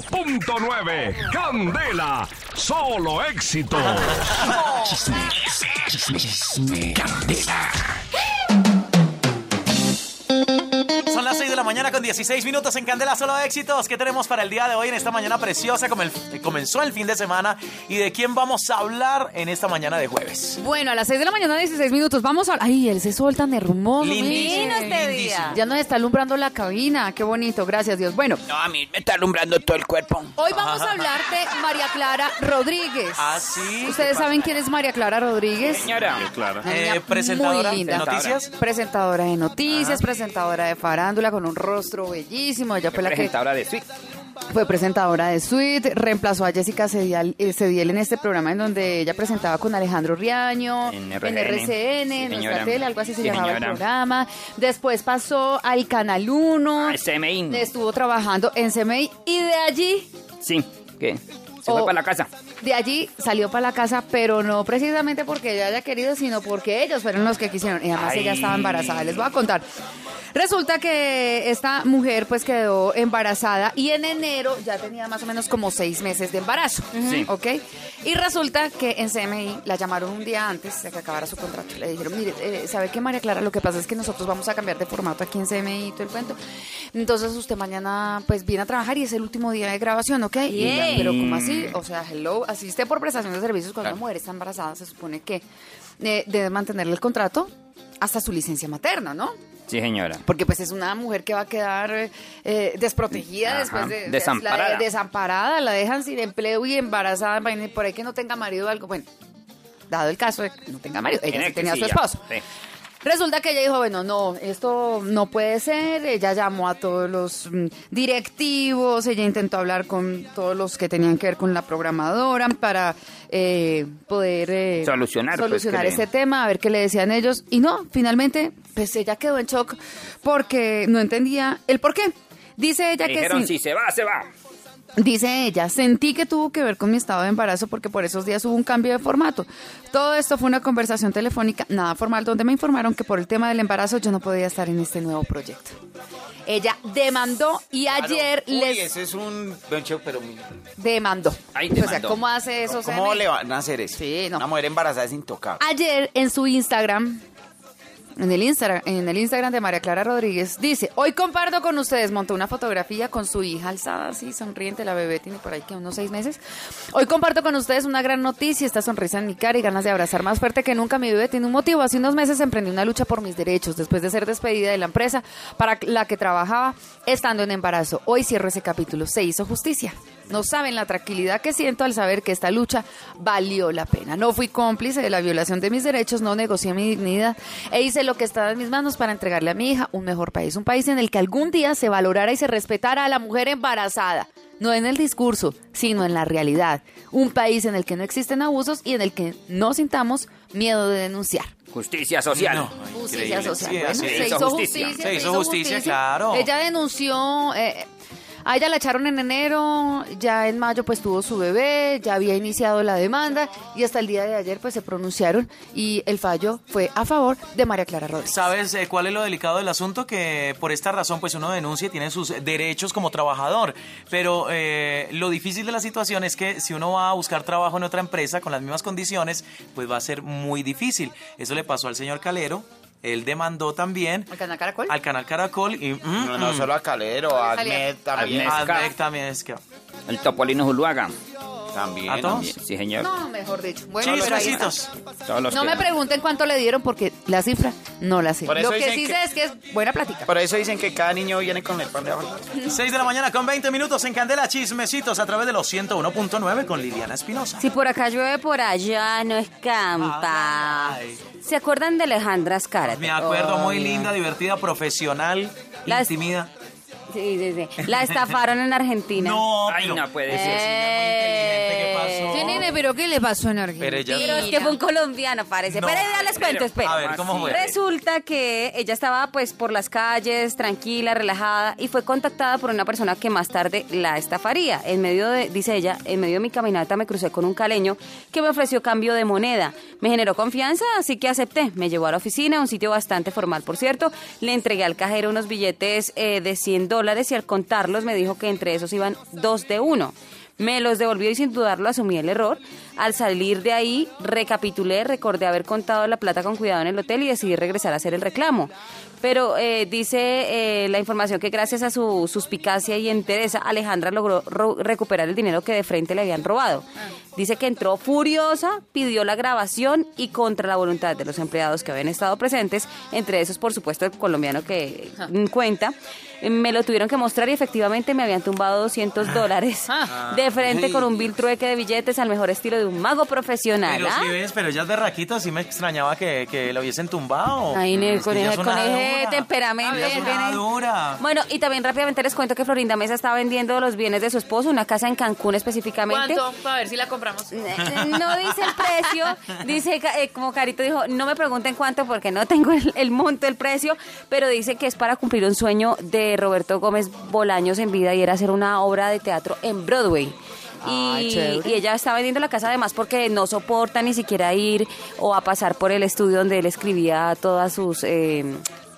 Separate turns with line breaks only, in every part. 101.9. Candela. Solo éxitos.
Chisme, chisme, chisme, candela.
Son las 6 de la mañana con 16 minutos en Candela Solo Éxitos. ¿Qué tenemos para el día de hoy en esta mañana preciosa? Como el- eh, comenzó el fin de semana. ¿Y de quién vamos a hablar en esta mañana de jueves?
Bueno, a las 6 de la mañana, 16 minutos. Vamos a. Ay, el sol tan hermoso.
Lindísimo,
mire.
este
lindísimo.
día.
Ya nos está alumbrando la cabina. Qué bonito, gracias Dios. Bueno,
No, a mí me está alumbrando todo el cuerpo.
hoy vamos a hablar de María Clara Rodríguez.
Ah, sí.
¿Ustedes saben quién es María Clara Rodríguez?
Señora.
Claro.
Una
Eh,
niña
presentadora
muy linda.
de noticias. Ah.
Presentadora de noticias, presentadora de farándula con un rostro bellísimo. Ella fue la que
Presentadora de suite.
fue presentadora de Suite, reemplazó a Jessica Cedial, eh, Cediel en este programa en donde ella presentaba con Alejandro Riaño, en
En
RCN,
RCN, sí,
en Nuestra
señora.
Tele, algo así se
Sí,
llamaba el
señora.
programa. Después pasó al Canal 1,
Ah, CMI.
estuvo trabajando en CMI y de allí
Sí. ¿Qué? Se
Oh.
fue para la casa.
de allí salió para la casa, pero no precisamente porque ella haya querido, sino porque ellos fueron los que quisieron. Y además
Ay.
ella estaba embarazada, les voy a contar. Resulta que esta mujer pues quedó embarazada y en enero ya tenía más o menos como seis meses de embarazo.
Sí.
¿Ok? Y resulta que en CMI la llamaron un día antes de que acabara su contrato. Le dijeron, mire, eh, ¿sabe qué, María Clara? Lo que pasa es que nosotros vamos a cambiar de formato aquí en CMI y todo el cuento. Entonces usted mañana pues viene a trabajar y es el último día de grabación, ¿ok? Y ella,
Bien.
Pero ¿cómo así? O sea, hello, asiste por prestación de servicios cuando una mujer está embarazada, se supone que eh, debe mantenerle el contrato hasta su licencia materna, ¿no?
Sí, señora.
Porque pues es una mujer que va a quedar eh, eh, desprotegida
Ajá,
después de...
desamparada.
La de- desamparada, la dejan sin empleo y embarazada, imagínate, por ahí que no tenga marido o algo. Bueno, dado el caso de que no tenga marido, ella
Tiene
sí
que-
tenía a
sí,
su
ya.
esposo.
Sí.
Resulta que ella dijo, bueno, no, esto no puede ser. Ella llamó a todos los mm, directivos, ella intentó hablar con todos los que tenían que ver con la programadora para eh, poder eh,
Solucionar, pues,
solucionar
que le-
este tema, a ver qué le decían ellos. Y no, finalmente, pues ella quedó en shock porque no entendía el por qué. Dice ella
Le
que
dijeron,
sí.
si se va, se va.
Dice ella, sentí que tuvo que ver con mi estado de embarazo porque por esos días hubo un cambio de formato. Todo esto fue una conversación telefónica, nada formal, donde me informaron que por el tema del embarazo yo no podía estar en este nuevo proyecto. Ella demandó y ayer
Uy,
les
ese es un bencho, pero muy-
demandó.
Ay,
O sea,
demandó.
¿cómo hace eso?
¿Cómo
CNI?
le van a hacer eso?
Sí, no. Ah.
Una mujer embarazada es intocable.
Ayer en su Instagram, en el Instagram, en el Instagram de María Clara Rodríguez, dice, hoy comparto con ustedes, montó una fotografía con su hija alzada, así sonriente, la bebé tiene por ahí que unos seis meses. Hoy comparto con ustedes una gran noticia, esta sonrisa en mi cara y ganas de abrazar más fuerte que nunca. Mi bebé tiene un motivo. Hace unos meses emprendí una lucha por mis derechos después de ser despedida de la empresa para la que trabajaba estando en embarazo. Hoy cierro ese capítulo. Se hizo justicia. No saben la tranquilidad que siento al saber que esta lucha valió la pena. No fui cómplice de la violación de mis derechos, no negocié mi dignidad e hice lo que estaba en mis manos para entregarle a mi hija un mejor país, un país en el que algún día se valorara y se respetara a la mujer embarazada. No en el discurso, sino en la realidad. Un país en el que no existen abusos y en el que no sintamos miedo de denunciar.
Justicia social.
Justicia social.
Sí,
Bueno,
así
se
es.
hizo justicia.
Se hizo justicia, claro.
Ella denunció. eh, a ella la echaron en enero, ya en mayo pues tuvo su bebé, ya había iniciado la demanda y hasta el día de ayer pues se pronunciaron y el fallo fue a favor de María Clara Rodríguez.
¿Sabes eh, cuál es lo delicado del asunto? Que por esta razón, pues uno denuncia y tiene sus derechos como trabajador. Pero eh, lo difícil de la situación es que si uno va a buscar trabajo en otra empresa con las mismas condiciones, pues va a ser muy difícil. Eso le pasó al señor Calero. Él demandó también
¿Al canal Caracol?
al canal Caracol y. mm,
No, no
mm,
solo a Calero, a
Calero.
Ahmed también.
Ah,
Ahmed.
a
Esca.
Beck también es que.
El Topolino Zuluaga.
Ah, También.
¿A todos?
Sí, sí, señor.
No, mejor dicho. Bueno, pero ahí está.
Chismecitos.
Todos los
No
que-
me pregunten cuánto le dieron porque la cifra no la sé.
Por
Lo
eso
que
dicen
sí
que-
sé es que es buena plática.
Por eso dicen que cada niño viene con el pan de abajo.
6 de la mañana con 20 minutos en Candela Chismecitos a través de los 101.9 con Liliana Espinosa.
Si por acá llueve, por allá no escampa.
Ay.
¿Se acuerdan de Alejandra Azcárate?
Me acuerdo, muy
Obvio.
linda, divertida, profesional,
La-
intimida.
Sí, sí, sí. La estafaron en Argentina.
No,
Ay,
pero-
no puede
Eh,
ser.
Ella muy inteligente, ¿qué pasó?
Tienen pero ¿qué le pasó en Argentina?
Pero ella-
Pero es que fue un colombiano, parece.
No,
pero ya les cuento,
pero,
espera.
a ver, ¿cómo fue?
Resulta que ella estaba pues por las calles, tranquila, relajada, y fue contactada por una persona que más tarde la estafaría. En medio de, dice ella, en medio de mi caminata me crucé con un caleño que me ofreció cambio de moneda. Me generó confianza, así que acepté. Me llevó a la oficina, un sitio bastante formal, por cierto. Le entregué al cajero unos billetes eh, de 100 dólares y al contarlos me dijo que entre esos iban dos de uno. Me los devolvió y sin dudarlo asumí el error. Al salir de ahí, recapitulé, recordé haber contado la plata con cuidado en el hotel y decidí regresar a hacer el reclamo. Pero eh, dice eh, la información que gracias a su suspicacia y entereza, Alejandra logró ro- recuperar el dinero que de frente le habían robado. Dice que entró furiosa, pidió la grabación y contra la voluntad de los empleados que habían estado presentes, entre esos por supuesto el colombiano que mm, cuenta, me lo tuvieron que mostrar y efectivamente me habían tumbado 200 dólares de frente con un vil trueque de billetes al mejor estilo de un mago profesional.
Pero
¿ah?
sí ves, pero ella es de raquita, sí me extrañaba que, que la hubiesen tumbado.
Ay, ne-
Es que
con
ella
ese,
es
con
una
ese
dura.
temperamento.
Ella es
que
una
tiene.
dura.
Bueno, y también rápidamente les cuento que Florinda Mesa está vendiendo los bienes de su esposo, una casa en Cancún específicamente.
¿Cuánto? Para ver si la compramos.
Eh, No dice el precio, dice, eh, como Carito dijo, no me pregunten cuánto porque no tengo el, el monto, el precio, pero dice que es para cumplir un sueño de Roberto Gómez Bolaños en vida y era hacer una obra de teatro en Broadway.
Ay,
Y,
chévere.
y ella está vendiendo la casa además porque no soporta ni siquiera ir o a pasar por el estudio donde él escribía todas sus eh,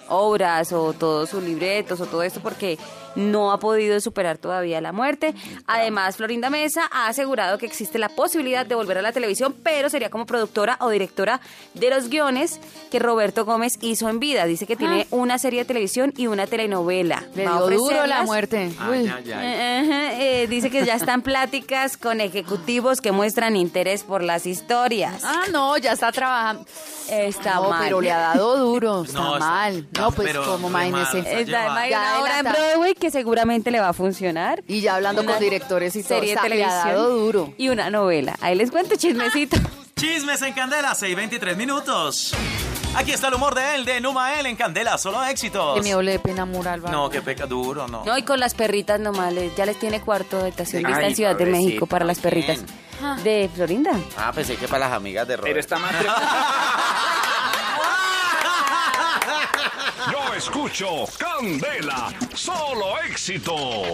obras o todos sus libretos o todo esto porque no ha podido superar todavía la muerte. Además, Florinda Mesa ha asegurado que existe la posibilidad de volver a la televisión, pero sería como productora o directora de los guiones que Roberto Gómez hizo en vida. Dice que tiene una serie de televisión y una telenovela.
Ah. Le
Va a
dio duro la
ofrecerlas.
muerte.
Ah,
Uy.
Eh, ajá, eh, dice que ya están pláticas con ejecutivos que muestran interés por las historias.
Ah, no, ya está trabajando.
Está
no,
mal.
pero le ha dado duro. Está
No, está-
mal. No,
no,
pues,
pero
como
re mal.
imagínese.
Eh,
Está además hay
Ya
una obra en
adelantado.
Broadway que seguramente le va a funcionar.
Y ya hablando con directores y todo,
serie de
está- le ha
televisión
dado duro.
Y una novela. Ahí les cuento chismecito.
Chismes en Candela, 623 minutos. Aquí está el humor de él, de Numael en Candela, solo éxitos.
Que me le de pena mural, va.
No, qué peca duro, no.
No, y con las perritas nomás. les- Ya les tiene cuarto de habitación
Sí.
lista en
Ay,
Ciudad de
pobrecita.
México para las perritas. De Florinda.
Ah, pensé que para las amigas de
Pero
Roberto.
está más...
Yo escucho Candela, solo éxito.